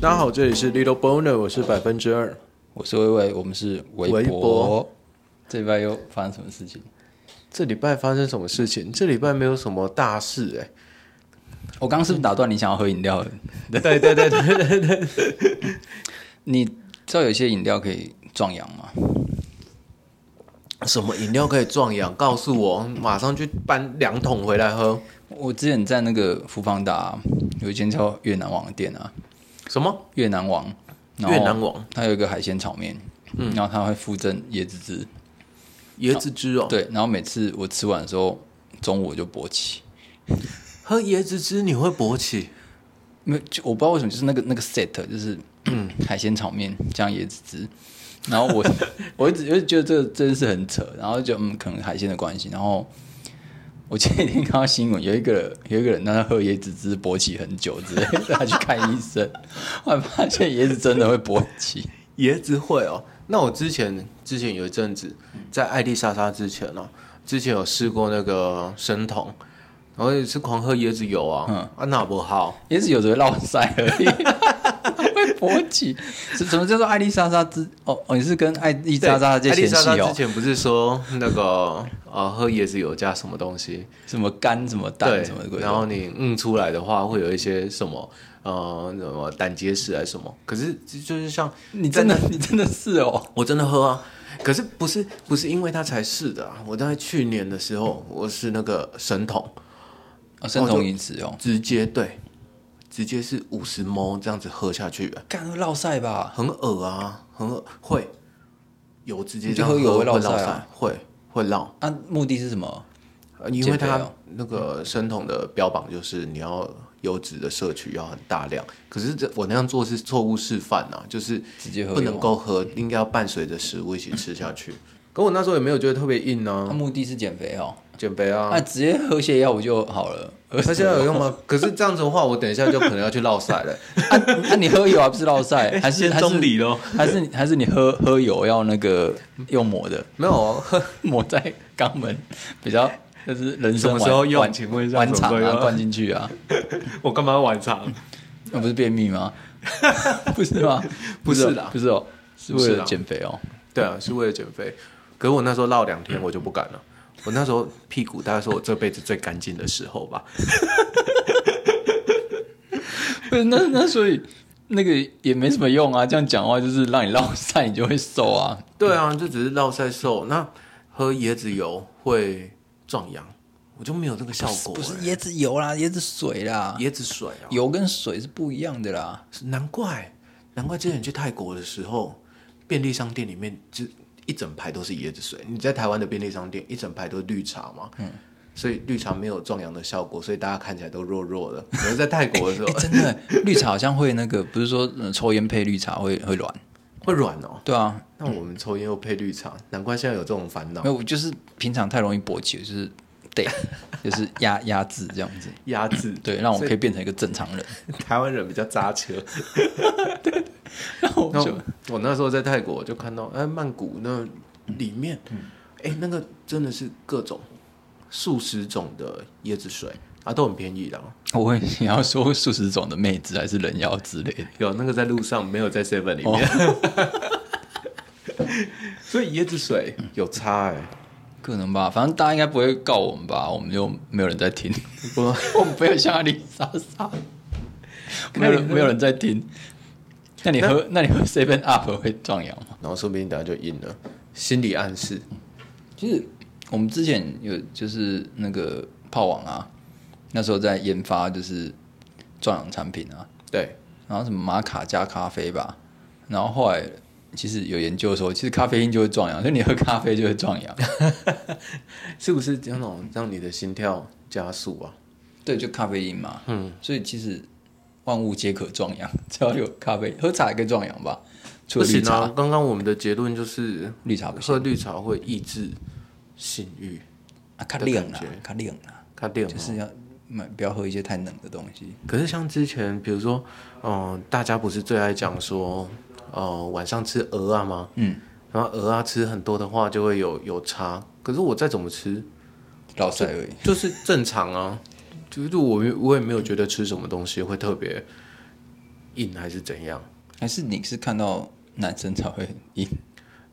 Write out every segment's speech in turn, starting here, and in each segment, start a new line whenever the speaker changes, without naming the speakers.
大家好，这里是 Little Boner，我是百分之二。
我是微微，我们是
微
微
博
博。这礼拜又发生什么事情？
这礼拜发生什么事情？这礼拜没有什么大事哎、
我刚刚是不是打断你想要喝饮料了？
对对对对，
你知道有一些饮料可以壮阳吗？
什么饮料可以壮阳？告诉我，马上去搬两桶回来喝。
我之前在那个福方达、有一间叫越南王的店啊，
什么？
越南王，然后
越南王嗯
它有一个海鲜炒面，然后它会附赠椰子汁，
椰子汁哦？
对，然后每次我吃完的时候，中午我就勃起，
喝椰子汁你会勃起？
没有，就我不知道为什么，就是那个那个 set 就是海鲜炒面加椰子汁，然 后我我一直我一直觉得这个真的是很扯，然后就嗯可能海鲜的关系，然后我前几天看到新闻，有一个有一个人让他喝椰子汁勃起很久之类的，他去看医生，后来发现椰子真的会勃起，
椰子会哦。那我之前之前有一阵子在艾丽莎莎之前哦，之前有试过那个生酮，然后也是狂喝椰子油啊，啊那不好。
椰子有时候会落腮而已。 会勃起，什什么叫做艾丽莎莎之？哦哦，你是跟艾丽莎莎
对
在
艾丽
前
莎莎
戏
之
哦？
前不是说那 个呃喝椰子油加什么东西？
什么肝什么
对
胆什么，鬼的？
然后你嗯出来的话会有一些什么呃什么胆结石还是什么？可是就就是像
你真的，你真的是哦，
我真的喝啊，可是不是不是因为它才是的、啊，我在去年的时候我是那个神童。
哦生酮饮食哦，
直接对，直接是五十毛这样子喝下去，
干会落晒吧？
很恶啊，很恶，会油直接这样
你就喝油
会
会
落
落
腮
腮啊，
会会落，
那、啊目的是什么？
呃因为
减肥
它
哦
那个生酮的标榜就是你要油脂的摄取要很大量，可是这我那样做是错误示范啊，就是
直接喝
不能够喝，应该要伴随着食物一起吃下去。可我那时候也没有觉得特别硬
那、
啊，
目的是减肥哦，
减肥啊
那、，直接喝泻药不就好了？而
它现在有用吗？可是这样子的话，我等一下就可能要去落腮了，
啊，那、你喝油还不是落晒？还
哎
是还是
理喽。
还是你还是你喝喝油要那个用抹 的，
没有啊，
抹在肛门比较就是人
什
生
么
完
时候用
完
请问一下
完
什么
场
时候
啊，
用
灌进去啊，
我干嘛要晚长？
那不是便秘 吗？不是吗？
不是
哦
啦
不是哦，是
不是
为
啦
了减肥哦。
对啊，是为了减肥。可是我那时候落两天，我就不敢了。我那时候屁股大概是我这辈子最干净的时候吧。
不是那那所以那个也没什么用啊，这样讲话就是让你落晒，你就会瘦啊。
对啊，就只是落腮瘦。那喝椰子油会壮阳，我就没有这个效果、欸
不是椰子油啦，椰子水啦，
椰子水啊，
油跟水是不一样的啦。
难怪难怪之前去泰国的时候，便利商店里面就一整排都是椰子水。你在台湾的便利商店一整排都是绿茶嘛，嗯，所以绿茶没有壮阳的效果，所以大家看起来都弱弱的。可是在泰国的 时候
哎、真的，绿茶好像会那个，不是说、呃抽烟配绿茶会会软？
会软哦。
对啊，
那我们抽烟又配绿茶，难怪现在有这种烦恼
没。有，我就是平常太容易勃起，就是对， 就是压压制这样子。
压制，
对，让我
所以
可以变成一个正常 人。
台湾人比较扎车。
然后
然后
我就
我那时候在泰国，我就看到哎，曼谷那里面，哎，那个真的是各种数十种的椰子水啊，都很便宜的哦。
我会你要说数十种的妹子还是人妖之 类的，
有那个在路上，没有在 Seven 里 面。所以椰子水有差哎、
可能吧，反正大家应该不会告我们吧，我们就没有人在听。
不，
我们不要像阿里莎莎，没有人没有人在听。那你喝那你喝 Seven Up 会壮阳吗？
然后说不定等下就硬了，心理暗示。
其实我们之前有就是那个炮王啊，那时候在研发就是壮阳产品啊，
对，
然后什么玛卡加咖啡吧，然后后来其实有研究说，其实咖啡因就会壮阳，所以你喝咖啡就会壮 阳。
是不是这种让你的心跳加速啊？
对，就咖啡因嘛。嗯，所以其实万物皆可壮阳，只要有咖啡，喝茶也可以壮阳吧？除
不
了绿
行
茶，
啊！刚刚我们的结论就是，
绿茶不行
喝绿茶会抑制性欲，
啊，看冷
的
啦
感觉，
看冷啦，
它电哦
就是要买不要喝一些太冷的东西。
呃可是像之前，比如说，嗯、大家不是最爱讲说，呃晚上吃鹅啊嘛，嗯，然后鹅啊吃很多的话就会有有差，可是我再怎么吃
老塞而已。
就是正常啊， 就是我也我也没有觉得吃什么东西会特别硬还是怎样，
还是你是看到男生才会 赢？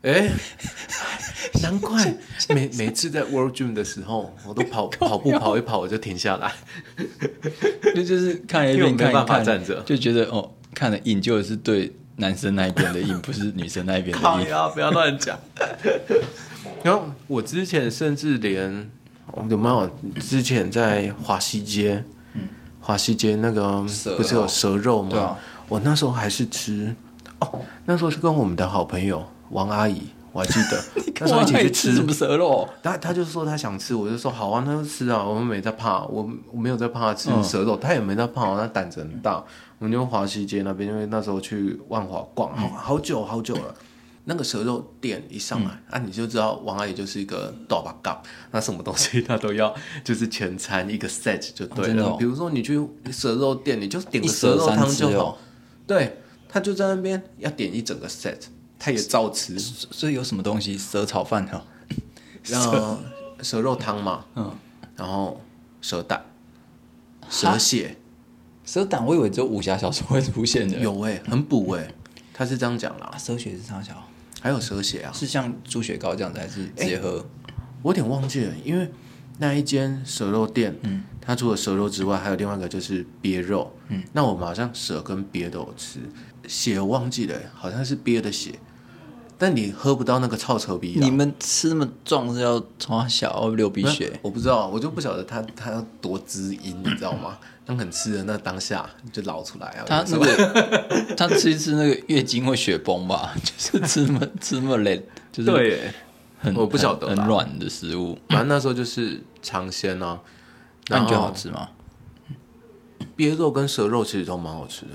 哎、难怪每每次在 World Gym 的时候，我都跑跑步跑一跑我就停下来，
就就是看了一
因为我
遍
没
看一
办法
看，
站着
就觉得哦，看了硬就是对男生那一边的 硬，不是女生那一边的
靠
硬。
呀，不要乱讲。 然后我之前甚至连我有没有之前在华西街，华西街那个
嗯蛇肉
不是有蛇肉吗？
对啊
我那时候还是吃哦，那时候是跟我们的好朋友王阿姨，我还记 得那时候一起去
吃什么蛇肉？
他他就说他想吃，我就说好啊，那就吃啊，我们没在怕，我我没有在怕吃
嗯
蛇肉，他也没在怕，啊他胆子很大。我们就华西街那边，因为那时候去万华逛，
嗯
好好久好久了。那个蛇肉店一上来，
嗯
啊，你就知道王阿姨就是一个大把杠，那什么东西她都要，就是全餐一个 set 就对
哦真的
了。
哦
比如说你去蛇肉店，你就点个
一蛇
蛇肉
三
汤
吃
就
哦
好，对，他就在那边要点一整个 set，他也照吃。
所所以有什么东西蛇炒饭哈？
然后蛇肉汤嘛，嗯，然后蛇胆、蛇血，
蛇胆我以为只有武侠小说会出现的，
有哎、很补哎、他是这样讲啦
啊，。蛇血是啥小？
还有蛇血啊，
是像猪血糕这样子，还是直接喝？
我有点忘记了，因为那一间蛇肉店，嗯，它除了蛇肉之外，还有另外一个就是鳖肉，嗯，那我们好像蛇跟鳖都有吃，血我忘记了欸、好像是鳖的血，但你喝不到那个臭臭啊逼啦
你们吃那么壮是要从小流鼻血？
嗯我不知道，我就不晓得他他要多滋阴，你知道吗？当很吃的那当下就老出来啊，
他那个 他吃一吃那个月经会血崩吧？ 就是吃那么吃那么累，就是
对耶，
很
我不晓得
很
啦
很软的食物。
反正那时候就是尝鲜啊，
那
然
你
后
觉得好吃吗？
鳖肉跟蛇肉其实都蛮好吃的。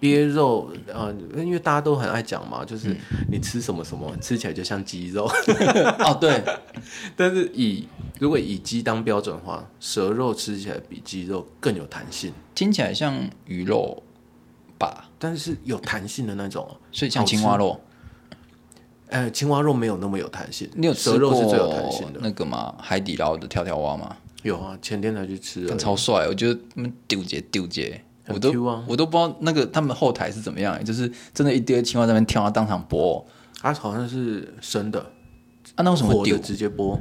鳖肉，呃，因为大家都很爱讲嘛，就是
嗯
你吃什么什么，吃起来就像鸡肉。
哦，对，
但是以如果以鸡当标准的话，蛇肉吃起来比鸡肉更有弹性，
听起来像鱼肉吧，
但是有弹性的那种哦。
所以像青蛙肉。
呃，青蛙肉没有那么有弹性，
你有吃
蛇肉是最有弹性
过
的。
那个吗？海底捞的跳跳蛙吗？
有啊，前天才去吃了
干。超帅，我觉得他们丢节丢节，
很
我都
Q 啊
我都不知道那个他们后台是怎么样，欸就是真的一堆青蛙在那边跳，当场剥。
它好像是生的，
啊，那为什么
活
丢
的？直接剥，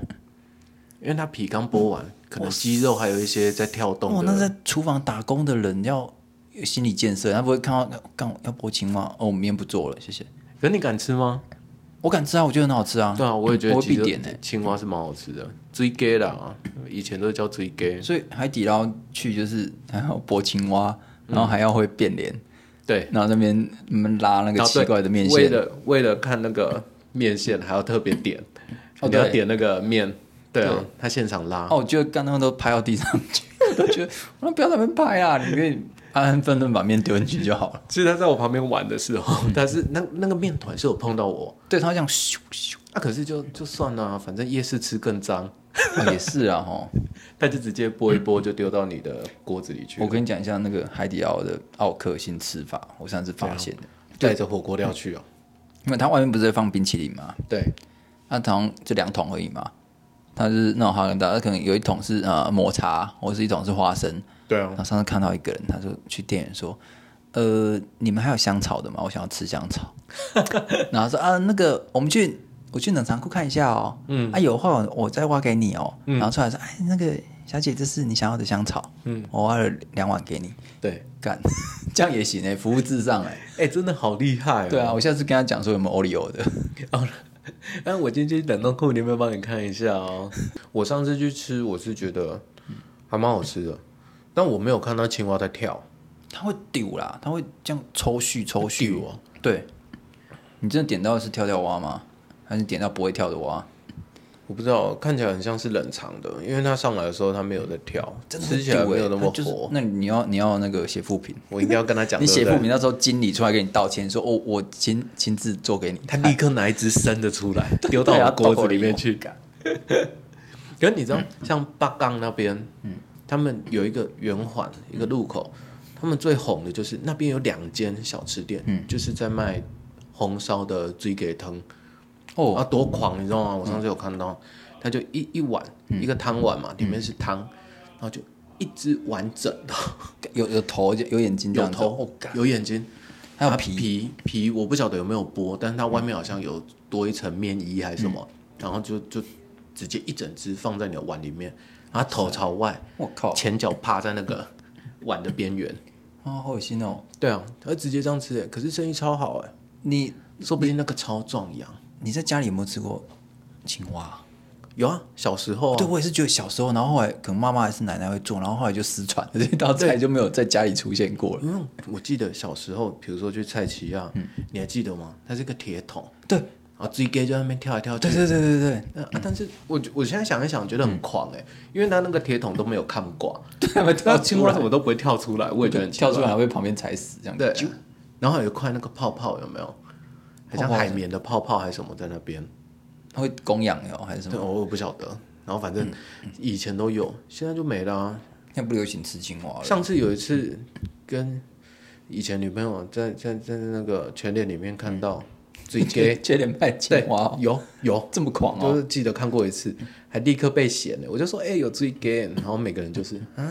因为它皮刚剥完，可能肌肉还有一些在跳
哦
动，
那
的。
在厨房打工的人要有心理建设，他不会看到干要剥青蛙，哦，我明天不做了，谢谢。
可你敢吃吗？
我敢吃啊，我觉得很好吃啊。
对啊，我也觉得
我会
鸡
必
肉
点呢、欸
青蛙是蛮好吃的，追鸡啦，以前都叫追鸡。
欸所以海底捞去就是还要剥青蛙，
嗯
然后还要会变脸，
对，
然后那边他们拉那个
然嗯后对
奇怪的面
为
线，
了为了看那个面线，还要特别点，
哦
你要
对嗯
点那个面。对啊，他现场拉
哦，。我觉得刚他们都拍到地上去， 我都觉得我说不要在那边拍啊，你可以安安分分把面丢进去就好了。
其实他在我旁边玩的时候，但是那那个面团是有碰到我，
对他这样咻咻，
啊，可是就就算了、反正夜市吃更脏，
哦、也是啊 哈。吼
他就直接拨一拨就丢到你的锅子里去
我。跟你讲一下那个海底捞的奥克星吃法，我上次发现的，
带着火锅料去哦。
因为它外面不是在放冰淇淋吗？
对，
那好像就两桶而已嘛。它是那种哈根达斯，可能有一桶是呃抹茶，或是一桶是花生。
对啊
然，后上次看到一个人，他就去店员说：“呃，你们还有香草的吗？我想要吃香草。” 然后说：“啊，那个我们去我去冷藏库看一下哦。嗯，啊有的话我我再挖给你哦。然后出来说：“哎，那个小姐，这是你想要的香草。嗯，我挖了两碗给你。
对，
干， 这样也行哎、服务至上哎、
哎、真的好厉害、哦。
对啊，我下次跟他讲说有没有 Oreo 的。
哎，我今天去冷冻库里面帮你看一下哦。 我上次去吃，我是觉得还蛮好吃的，但我没有看到青蛙在跳。
他会丢啦，他会这样抽蓄抽蓄
丢哦。
对，你真的点到的是跳跳蛙吗？还是点到不会跳的蛙？
我不知道，看起来很像是冷藏的，因为它上来的时候它没有在跳，
真的会
吃起来
丢
没
欸
有那
它
么火。
就是那你要你要那个写副评，
我应该要跟他讲，
你
对
写
不对
副评那时候经理出来给你道歉，说哦我亲亲自做给你，
他立刻拿一只生的出来，丢到
对啊
我锅子里面
倒
去。 可是你知道，像八杠那边，
嗯
他们有一个圆环，一
嗯
个路口，他们最红的就是那边有两间小吃店，就是在卖红烧的醉给汤，
哦嗯
啊，多狂，你知道吗？我上次有看到，他就一一碗、一个汤碗嘛，里
嗯
面是汤，然后就一只完整的，
有有头有眼睛这
有
样子，
头、有眼睛，
还有
它
皮
啊皮皮，我不晓得有没有剥，但是它外面好像有多一层面衣还是什么，然后就就直接一整只放在你的碗里面，然后头朝外，
我靠，
前脚趴在那个碗的边缘。
啊，好恶心哦！
对啊，他直接这样吃耶，可是生意超好哎，
你
说不定那个超壮阳。
你在家里有没有吃过青蛙？
有啊，小时候
对
啊，
我也是觉得小时候，然后后来可能妈妈还是奶奶会做，然后后来就失传，这道菜就没有在家里出现过了。
嗯，我记得小时候，比如说去菜奇亚，你还记得吗？它是个铁桶，
对
然后自己给在那边跳来跳去
对。对对对对，
嗯啊，但是我我现在想一想，觉得很狂哎、因为它那个铁桶都没有看啊挂，
对他们
那
跳
青
出
蛙
来
怎，么都不会跳出来，我也觉得很奇怪
跳出来还会旁边踩死这样。
对
啾，
然后有一块那个泡泡有没有？好像
泡泡
海绵的泡泡还是什么在那边？
它会供养哦，还是什
对，
么？
我我不晓得。然后反
嗯
正以前都有，现在就没了、啊。
现在不流行吃青蛙了。
上次有一次跟以前女朋友在在在那个全脸里面看到自己 给
接连卖青
对
蛙嗯哦，
有有，
这么狂
就
哦！
是记得看过一次，还立刻被嫌了。我就说哎、有自己给，然后每个人就是啊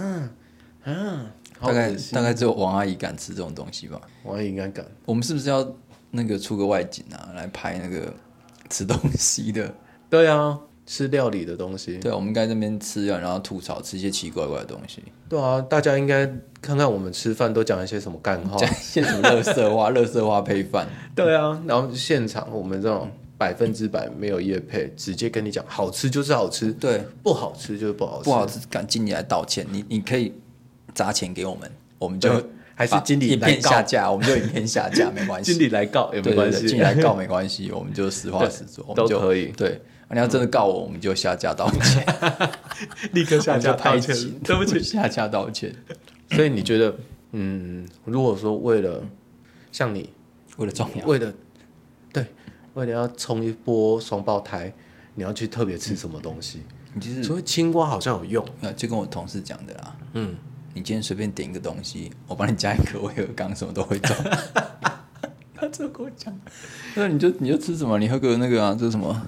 啊，好
大概
恶心
大概只有王阿姨敢吃这种东西吧。
我也应该敢。
我们是不是要那个出个外景啊，来拍那个吃东 西的？
对啊，吃料理的东西。
对，我们应该在那边吃啊，然后吐槽吃一些奇奇怪怪的东西，
对啊，大家应该看看我们吃饭都讲一些什么干话。
讲一些什么乐色话、乐色话配饭。
对啊，然后现场我们这种百分之百没有业配，直接跟你讲好吃就是好吃，
对，
不好吃就是不好吃。
不好吃，敢经理来道歉，你你可以砸钱给我们，我们就
对还是
把
经理
影
来
片
告，
下架，我们就影片下架，没 关系。
经理来告也没
对对
关
对，
系。
经理来告没关系， 我们就实话实说，我们
都
就
可以
对，啊你要真的告我，我们就下架道 歉，
立刻
我
下
们就
架
拍
道
一
歉
集，
对不起。
下架道歉。
所以你觉得，嗯，如果说为了像你，
为了壮阳，
为了对，为了要冲一波双胞胎，你要去特别吃什么东西？
你就是
所以青蛙好像有用，
呃，就跟我同事讲的啦。
嗯，
你今天随便点一个东西，我帮你加一个威尔刚，什么都会中。 他这跟我讲，那你就你就吃什么？你喝个那个啊，这什么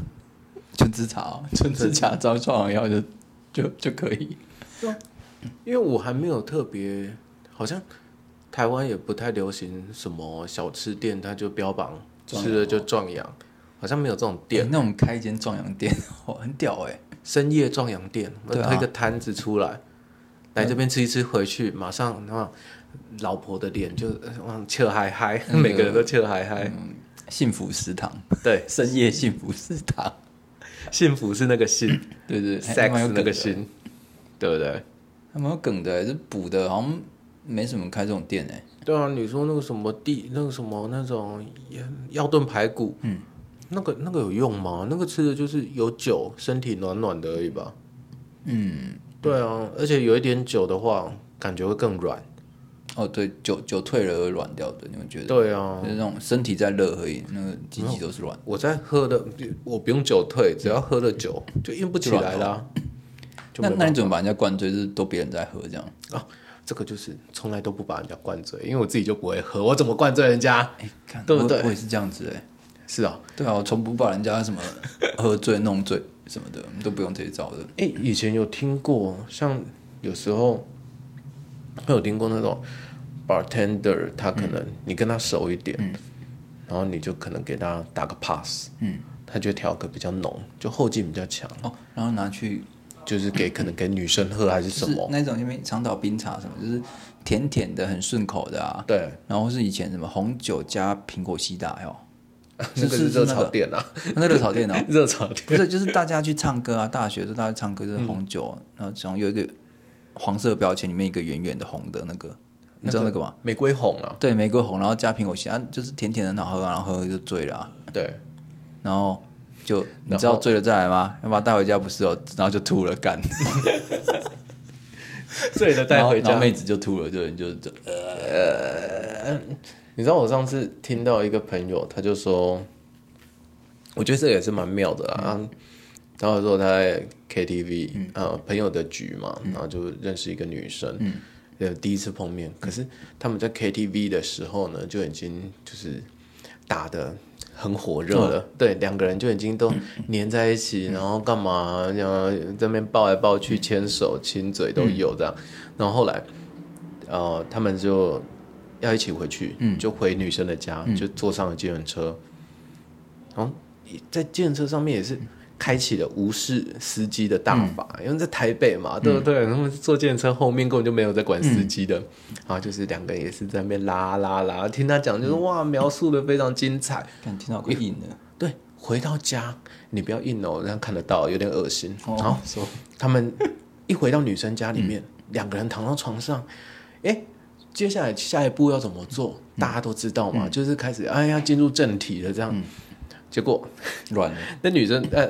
春之茶、哦，春之茶招壮阳药就就就可以。
因为我还没有特别，好像台湾也不太流行什么小吃店，它就标榜
壮
吃了就壮阳，好像没有这种店
欸。那我们开一间壮阳店，哇，很屌哎、
深夜壮阳店，
对啊
推个摊子出来，来这边吃一吃，回去马上那老婆的脸就往切嗨嗨，
那个
每个人都切嗨嗨。
嗯，幸福食堂，
对，
深夜幸福食堂，
幸福是那个幸呃
对对还还蛮有
，sex 那
梗
个
的，
幸，对不对？
还蛮有梗的、欸，这补的好像没什么开这种店哎、
对啊，你说那个什么地，那个什么那种药炖排骨，嗯，那个那个有用吗？那个吃的就是有酒，身体暖暖的而已吧。
嗯，
对啊，而且有一点酒的话，感觉会更软。
哦对，酒酒退了而软掉的，你们觉得？
对啊
就，是那种身体在热而已，那个鸡鸡都是软。
我在喝的，我不用酒退，只要喝了酒就硬不起来啦、就
那
没
那
办
你怎么把人家灌醉？就是都别人在喝这样？
法啊，这个就是从来都不把人家灌醉，因为我自己就不会喝，我怎么灌醉人家？
哎、看
对不
我
对
我也是这样子哎、
是啊，
对啊，我从不把人 家什么喝醉、弄醉什么的，都不用这一招的。
哎、以前有听过，像有时候会有听过那种 bartender，他可能你跟他熟一点，
嗯
然后你就可能给他打个 pass，嗯，他就调个比较浓，就后劲比较强，
哦，然后拿去
就是给可能给女生喝还是什
就是
么，
那种因为长岛冰茶什么，就是甜甜的、很顺口的啊。
对，
然后是以前什么红酒加苹果西打哟，
那个是热
那
炒
个
店啊，
那热炒店哦，
热炒店。
不是，就是大家去唱歌啊，大学都大家唱歌就是红酒，然后然后有一个黄色标签，里面一个圆圆的红的那个，你知道那个吗？
玫瑰红啊，
对，玫瑰红，然后加苹果西啊，就是甜甜的，很好喝啊，然后喝就醉了啊、
对，
然后就你知道醉了再来吗？要把它带回家不是哦，然后就吐了，干，
醉了带回
然后然后
家。
妹子就吐了，对，你就就
呃嗯你知道我上次听到一个朋友，他就说，我觉得这个也是蛮妙的啦。啊然后说他在 KTV，、呃，朋友的局嘛，然后就认识一个女生，呃，第一次碰面。可是他们在 KTV 的时候呢，就已经就是打的很火热了，对，两个人就已经都黏在一起，然后干嘛，然后在那边抱来抱去，牵手、亲嘴都有这样。然后后来，呃，他们就要一起回去，就回女生的家，就坐上了计程车，然后在计程车上面也是。开启了无视司机的大法，因为在台北嘛，对不对？他 们坐电车后面根本就没有在管司机的，然后就是两个人也是在那边拉拉拉，听他讲就是、哇，描述的非常精彩。
感听到快硬了。
对，回到家你不要硬哦，让看得到有点恶心。
哦
然后
说
他们一回到女生家里面，两个人躺到床上，哎，接下来下一步要怎么做？大家都知道嘛，就是开始哎呀进入正题了这样。结果
软了，
那女生，呃，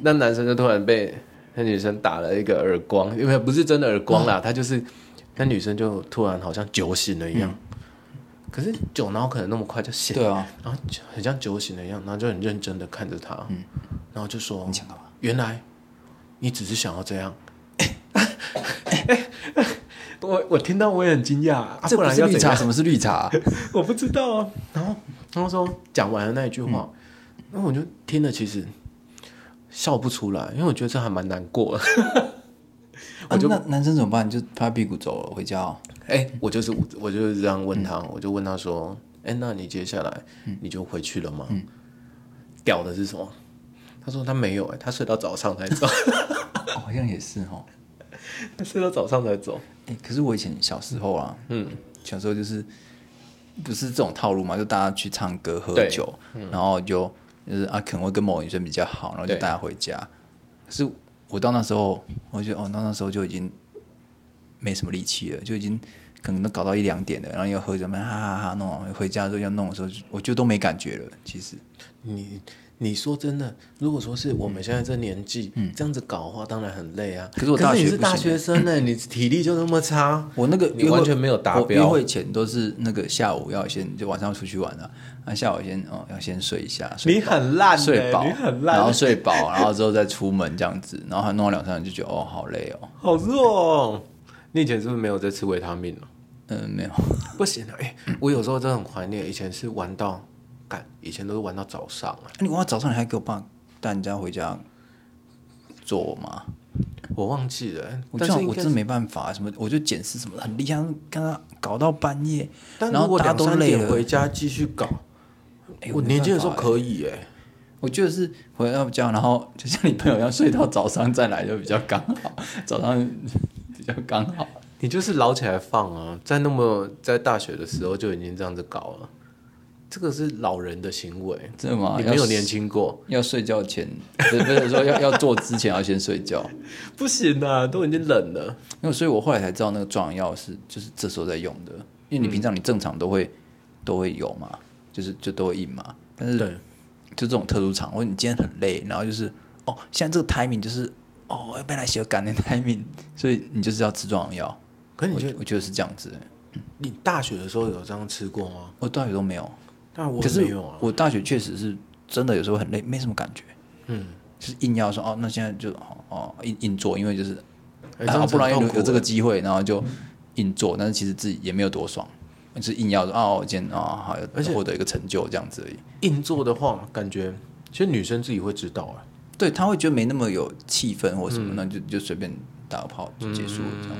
那男生就突然被那女生打了一个耳光，因为不是真的耳光啦，他就是那女生就突然好像酒醒了一样，可是酒哪有可能那么快就醒？
对啊，
然后就很像酒醒了一样，然后就很认真的看着他，然后就说
你想干嘛？：“
原来你只是想要这样。 我我听到我也很惊讶，啊、
这
不
不
然
是
要
绿
怎
茶，
样？
什么是绿 茶？
我不知道啊。然后然后说讲完了那一句话，那、我就听了，其实笑不出来，因为我觉得这还蛮难过的。
我啊就、那男生怎么办？就拍屁股走了，回家、哦。
哎、我就是我就是这样问他，我就问他说：“哎、那你接下来你就回去了吗？”屌的是什么？他说他没有、哎，他睡到早上才 走，
哦好像也是哦。
他睡到早上才走。
哎、可是我以前小时候啊，嗯，小时候就是不是这种套路嘛，就大家去唱歌喝
对嗯
酒，然后就就是啊，可能会跟某个女生比较好，然后就
对
大家回家。可是我到那时候，我就觉得哦，到那时候就已经没什么力气了，就已经可能都搞到一两点了，然后又喝什么哈哈哈弄完，回家之后要弄的时候，就我就都没感觉了。其实
你你说真的，如果说是我们现在这年纪，这样子搞的话，当然很累啊。
可是我大
你
学
嗯是
不
大
行
学生呢、你体力就那么差，
我那个
你
约会
完全没有达
我
标
约会前都是那个下午要先就晚上要出去玩了、啊，那下午先哦要先睡一下，睡
你很烂、欸，
睡饱，
你很
然后
烂，
睡饱，然后之后再出门这样子，然后还弄了两三天就觉得哦好累哦，
好弱哦。你以前是不是没有在吃维他命了、
嗯没有，
不行啊，哎、我有时候真的很怀念，以前是玩到，干，以前都是玩到早上啊。
你晚上早上你还给我爸带人家回家做嘛？
我忘记了，
我这
但是
样
应
我
该
真的没办法，什么我就检视什么很厉害，跟他搞到半夜，
但
然
如
后
果
大家
两
都
三
累
点
了
回，家继续搞，
哎
欸我
没
年轻的
办
时候
法
可以哎、
我觉得是回到家，然后就像你朋友一样睡到早上再来就比较刚好， 早上比较刚好。
你就是捞起来放啊，在那么在大学的时候就已经这样子搞了，这个是老人的行为，
真的吗？
你
要
没有年轻过，
要睡觉前，不是不是说要要做之前要先睡觉。
不行啊，都已经冷了。
因为所以我后来才知道那个壮阳药是就是这时候在用的，因为你平
嗯
常你正常都会、都会有嘛，就是就都会印嘛，但是
对
就这种特殊场合，或者你今天很累，然后就是哦，现在这个 timing 就是哦我要被来洗感的 timing，所以你就是要吃壮阳药。
可是你
我
觉得
我觉得是这样子、
你大学的时候有这样吃过吗？
我大学都没有，
但我
可
没
是
有啊。
我大学确实是真的有时候很累，没什么感觉，
嗯，
就是硬要说哦，那现在就哦哦硬硬做，因为就是
哎
然后啊不然有有
真的
这，
很痛苦
个机会，然后就硬做，但是其实自己也没有多爽，就是硬要说哦，我今天哦好，
而且
获得一个成就这样子而已。
硬做的话，感觉其实女生自己会知道啊。
对他会觉得没那么有气氛或什么，那就就随便打个炮就结束了这样。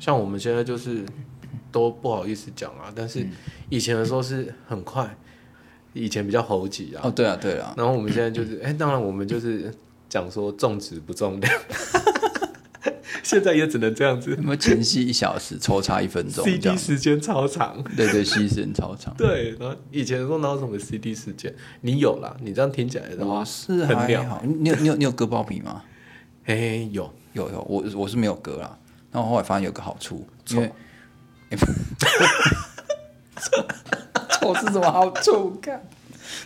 像我们现在就是都不好意思讲啊，但
嗯
是以前的时候是很快，以前比较猴急啊。
哦，对啊，对啊，
然后我们现在 就是，哎、当然我们就是讲说重质不重量， 现在也只能这样子
有没有前戏一小时，抽插一分钟这
，CD
样？
时间超长。
对对，牺牲 超长。
对，然后以前说哪有什么 CD 时间，你有啦，你这样听起来的话
我是啊哎
很
还
妙。
好，你你有你有你有割包皮吗？
哎、有，
有有，我我是没有割啦。然后后来发现有个好处，因为臭是什么好处？看，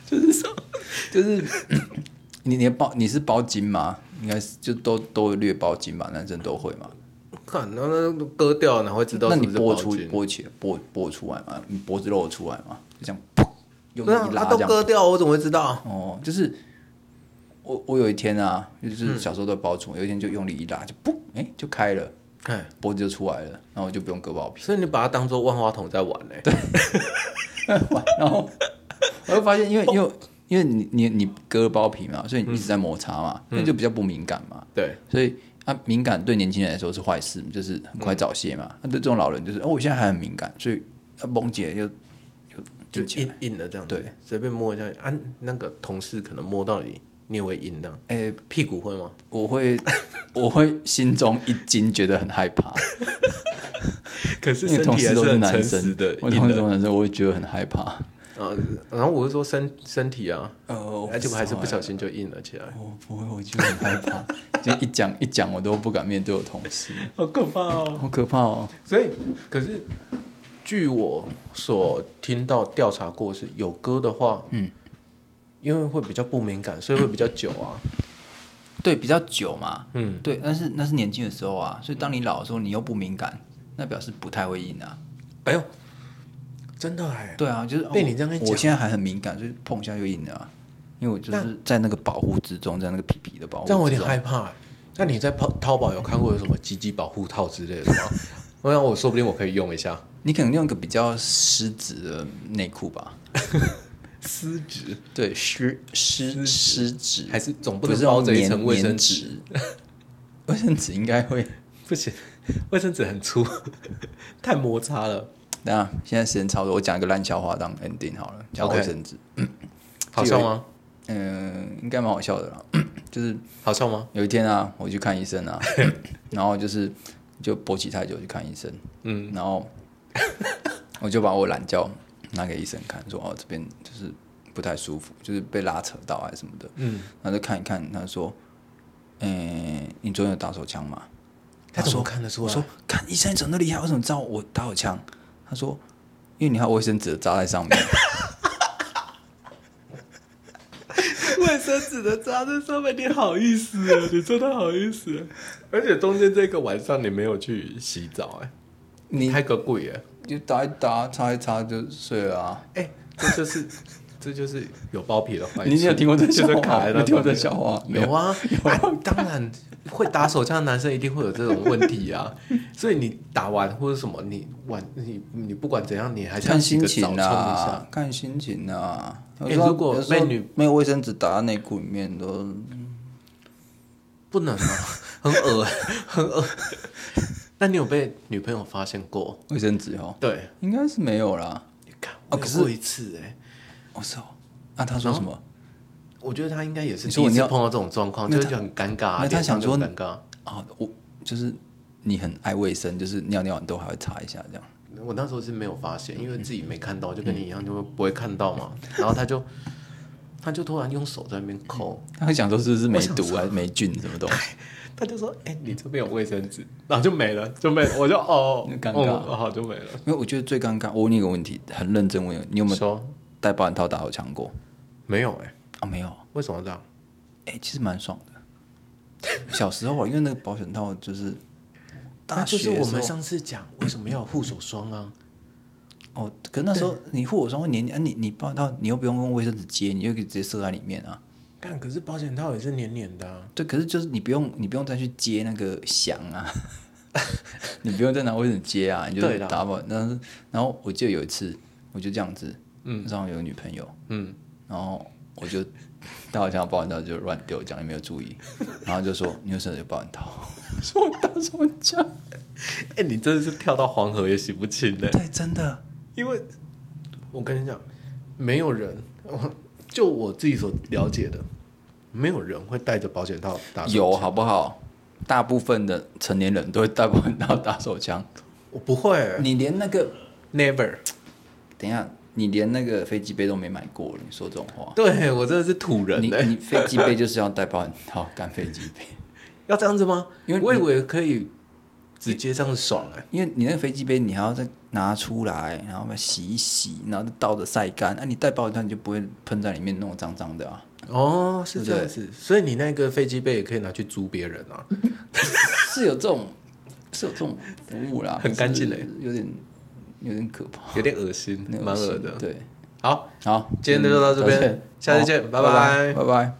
就是说，就是 你你的包你是包茎吗？应该是就都都略包茎吧，男生都会嘛。
看那那都割掉哪会知道
那
是
你
不是
剥
包
出
茎
剥起来剥剥出来嘛？你脖子露出来嘛？就这样，砰用力
那他
一拉
啊都
这样
割掉，我怎么会知道？
哦，就是我我有一天啊，
嗯
就是小时候都包住，有一天就用力一拉，就噗，哎、就开了，
哎，
脖子就出来了，然后我就不用割包皮。
所以你把它当做万花筒在玩嘞、欸。
然后我就发现，因为因为因为你你你割了包皮嘛，所以你一直在摩擦嘛，那就比较不敏感嘛。
对，
所以啊，敏感对年轻人来说是坏事，就是很快早泄嘛。那、对这种老人就是，哦，我现在还很敏感，所以啊崩解又
就硬硬的这样子，
对，
随便摸一下啊，那个同事可能摸到你，你也会硬的，
哎、
屁股会吗？
我会我会心中一惊，觉得很害怕。
可是
因为
身
同
体
事
还
都是
很
男
诚
生
实的，，
我
硬
同事
的
都是男生，我会觉得很害怕。
啊。然后我是说身身体啊，
呃
而且我还是不小心
心。
就硬了起来，
我不会，我就很害怕。就一讲一讲，我都不敢面对我同事，
好可怕哦。
好可怕哦。
所以，可是据我所听到调查过是有歌的话，嗯，因为会比较不敏感，所以会比较久啊。
嗯对，比较久嘛，
嗯，
对，但是那是年轻的时候啊，所以当你老的时候，你又不敏感，那表示不太会硬啊。
哎呦，真的哎，
对啊，就是
被你这样一
我
讲
我现在还很敏感，所以碰一下就硬了、啊，因为我就是在那个保护之中，在那个皮皮的保护之
让
中。
我有点害怕欸。那你在淘淘宝有看过有什么鸡鸡保护套之类的 吗？我想我说不定我可以用一下。
你可能用个比较湿质的内裤 吧？
丝质
对，湿湿湿质，
还是总不
不
能
是
包着一
用
层
棉
卫生
棉
纸，
卫生纸应该会。
不行，卫生纸很粗，太摩擦了。
那现在时间差不多，我讲一个烂笑话当 ending 好了，讲
OK
卫生纸。
好笑吗？
嗯，应该蛮好笑的啦。就是
好笑吗？
有一天啊，我去看 医生啊，然后就是就勃起太久去看医生，
嗯，
然后我就把我懒觉拿给医生看，说哦这边就是不太舒服，就是被拉扯到还是什么的，
嗯，
然后就看一看，他说，嗯，你昨天有打手枪吗？
他怎么看得出
我
来
说，看医生怎么那么厉害，为什么知道我打手枪？他说，因为你还有卫生纸扎在 上面。
卫生纸的扎在上面，你好意思啊？你真的好意思、啊 而且中间这个晚上你没有去洗澡、哎，
你
太个贵了。
就打一打，擦一擦就睡了啊。
哎、这就是这就是有包皮的坏处。
你你有听过这
就
笑
是
话
卡在
吗？你听过这
笑
笑话没
有？啊，啊当然会打手枪的男生一定会有这种问题啊。所以你打完或者什么，你晚你你不管怎样，你还是要
看
洗个
心
澡
情
冲一下。
啊，看心情啊。
哎
有时候
如果
有时候
被女
没有卫生纸打到内裤里面都，
不能 啊，很恶，很恶。那你有被女朋友发现过？
卫生纸哦，
对，
应该是没有啦。
你看，
哦
我
可
有
是
过一次哎、
我操！啊，他说什么？
我觉得他应该也是
你
第
说
一
我
次
尿
碰到这种状况，
那
就
他
是觉得很尴尬、
那
啊。
他想说
脸上就很尴
啊，我就是你很爱卫生，就是尿尿你都还会擦一下这样。
尬，我那时候是没有发现，因为自己没看到，就跟你一样，就不会看到嘛。然后他就，他就突然用手在那边抠，
他会想说是不是梅毒还是霉菌什么东西？，
他就说：“哎、你这边有卫生纸。”然后就没了，就没了。我就哦
尴尬
哦，好就没了。
因为我觉得最尴尬，我问你一个问题，很认真问你，你有没有
说
戴保险套打手枪过？
没有哎、
啊，没有。
为什么这样？
哎、其实蛮爽的。小时候啊，因为那个保险套就是大
那就
学
是
的
我
时
们
候
上次讲为什么要有护手霜啊？
哦，可是那时候你护手霜会黏黏，啊、你你保险套你又不用用卫生纸接，你就可以直接射在里面啊。
干，可是保险套也是黏黏的、啊。
对，可是就是你不用你不用再去接那个翔啊， 你不用再拿卫生纸接啊，你就
对啦
打保。但是然后我记得有一次，我就这样子，嗯，然后有个女朋友，
嗯，
然后我就戴好像保险套就乱丢，讲也没有注意，然后就说你有手有保险套， 我说我打什么枪？
哎、你真的是跳到黄河也洗不清的、
对，真的。
因为我跟你讲，没有人，就我自己所了解的，没有人会带着保险套打手枪
有好不好？大部分的成年人都会带保险套打 手枪。
我不会欸
你连那个，
，never。
等一下，你连那个飞机杯都没买过，你说这种话，
对我真的是土人
你
哎、
你飞机杯就是要带保险套干飞机 杯，
要这样子吗？
因为
我以为可以直接这样爽哎、
因为你那个飞机杯你还要再拿出来，然后把它洗一洗，然后再倒着晒干。啊那、你带保险套你就不会喷在里面弄得脏脏 的啊？
哦，是
对
这
不
样子，所以你那个飞机杯也可以拿去租别人啊。
是有这种是有这种服务啦，
很干净欸
可是有点有点可怕，
有点恶心
那，个
蛮
是
恶的。
对，
好，
好，
今天就到这边
嗯
下次见
好
拜
拜
拜
拜拜。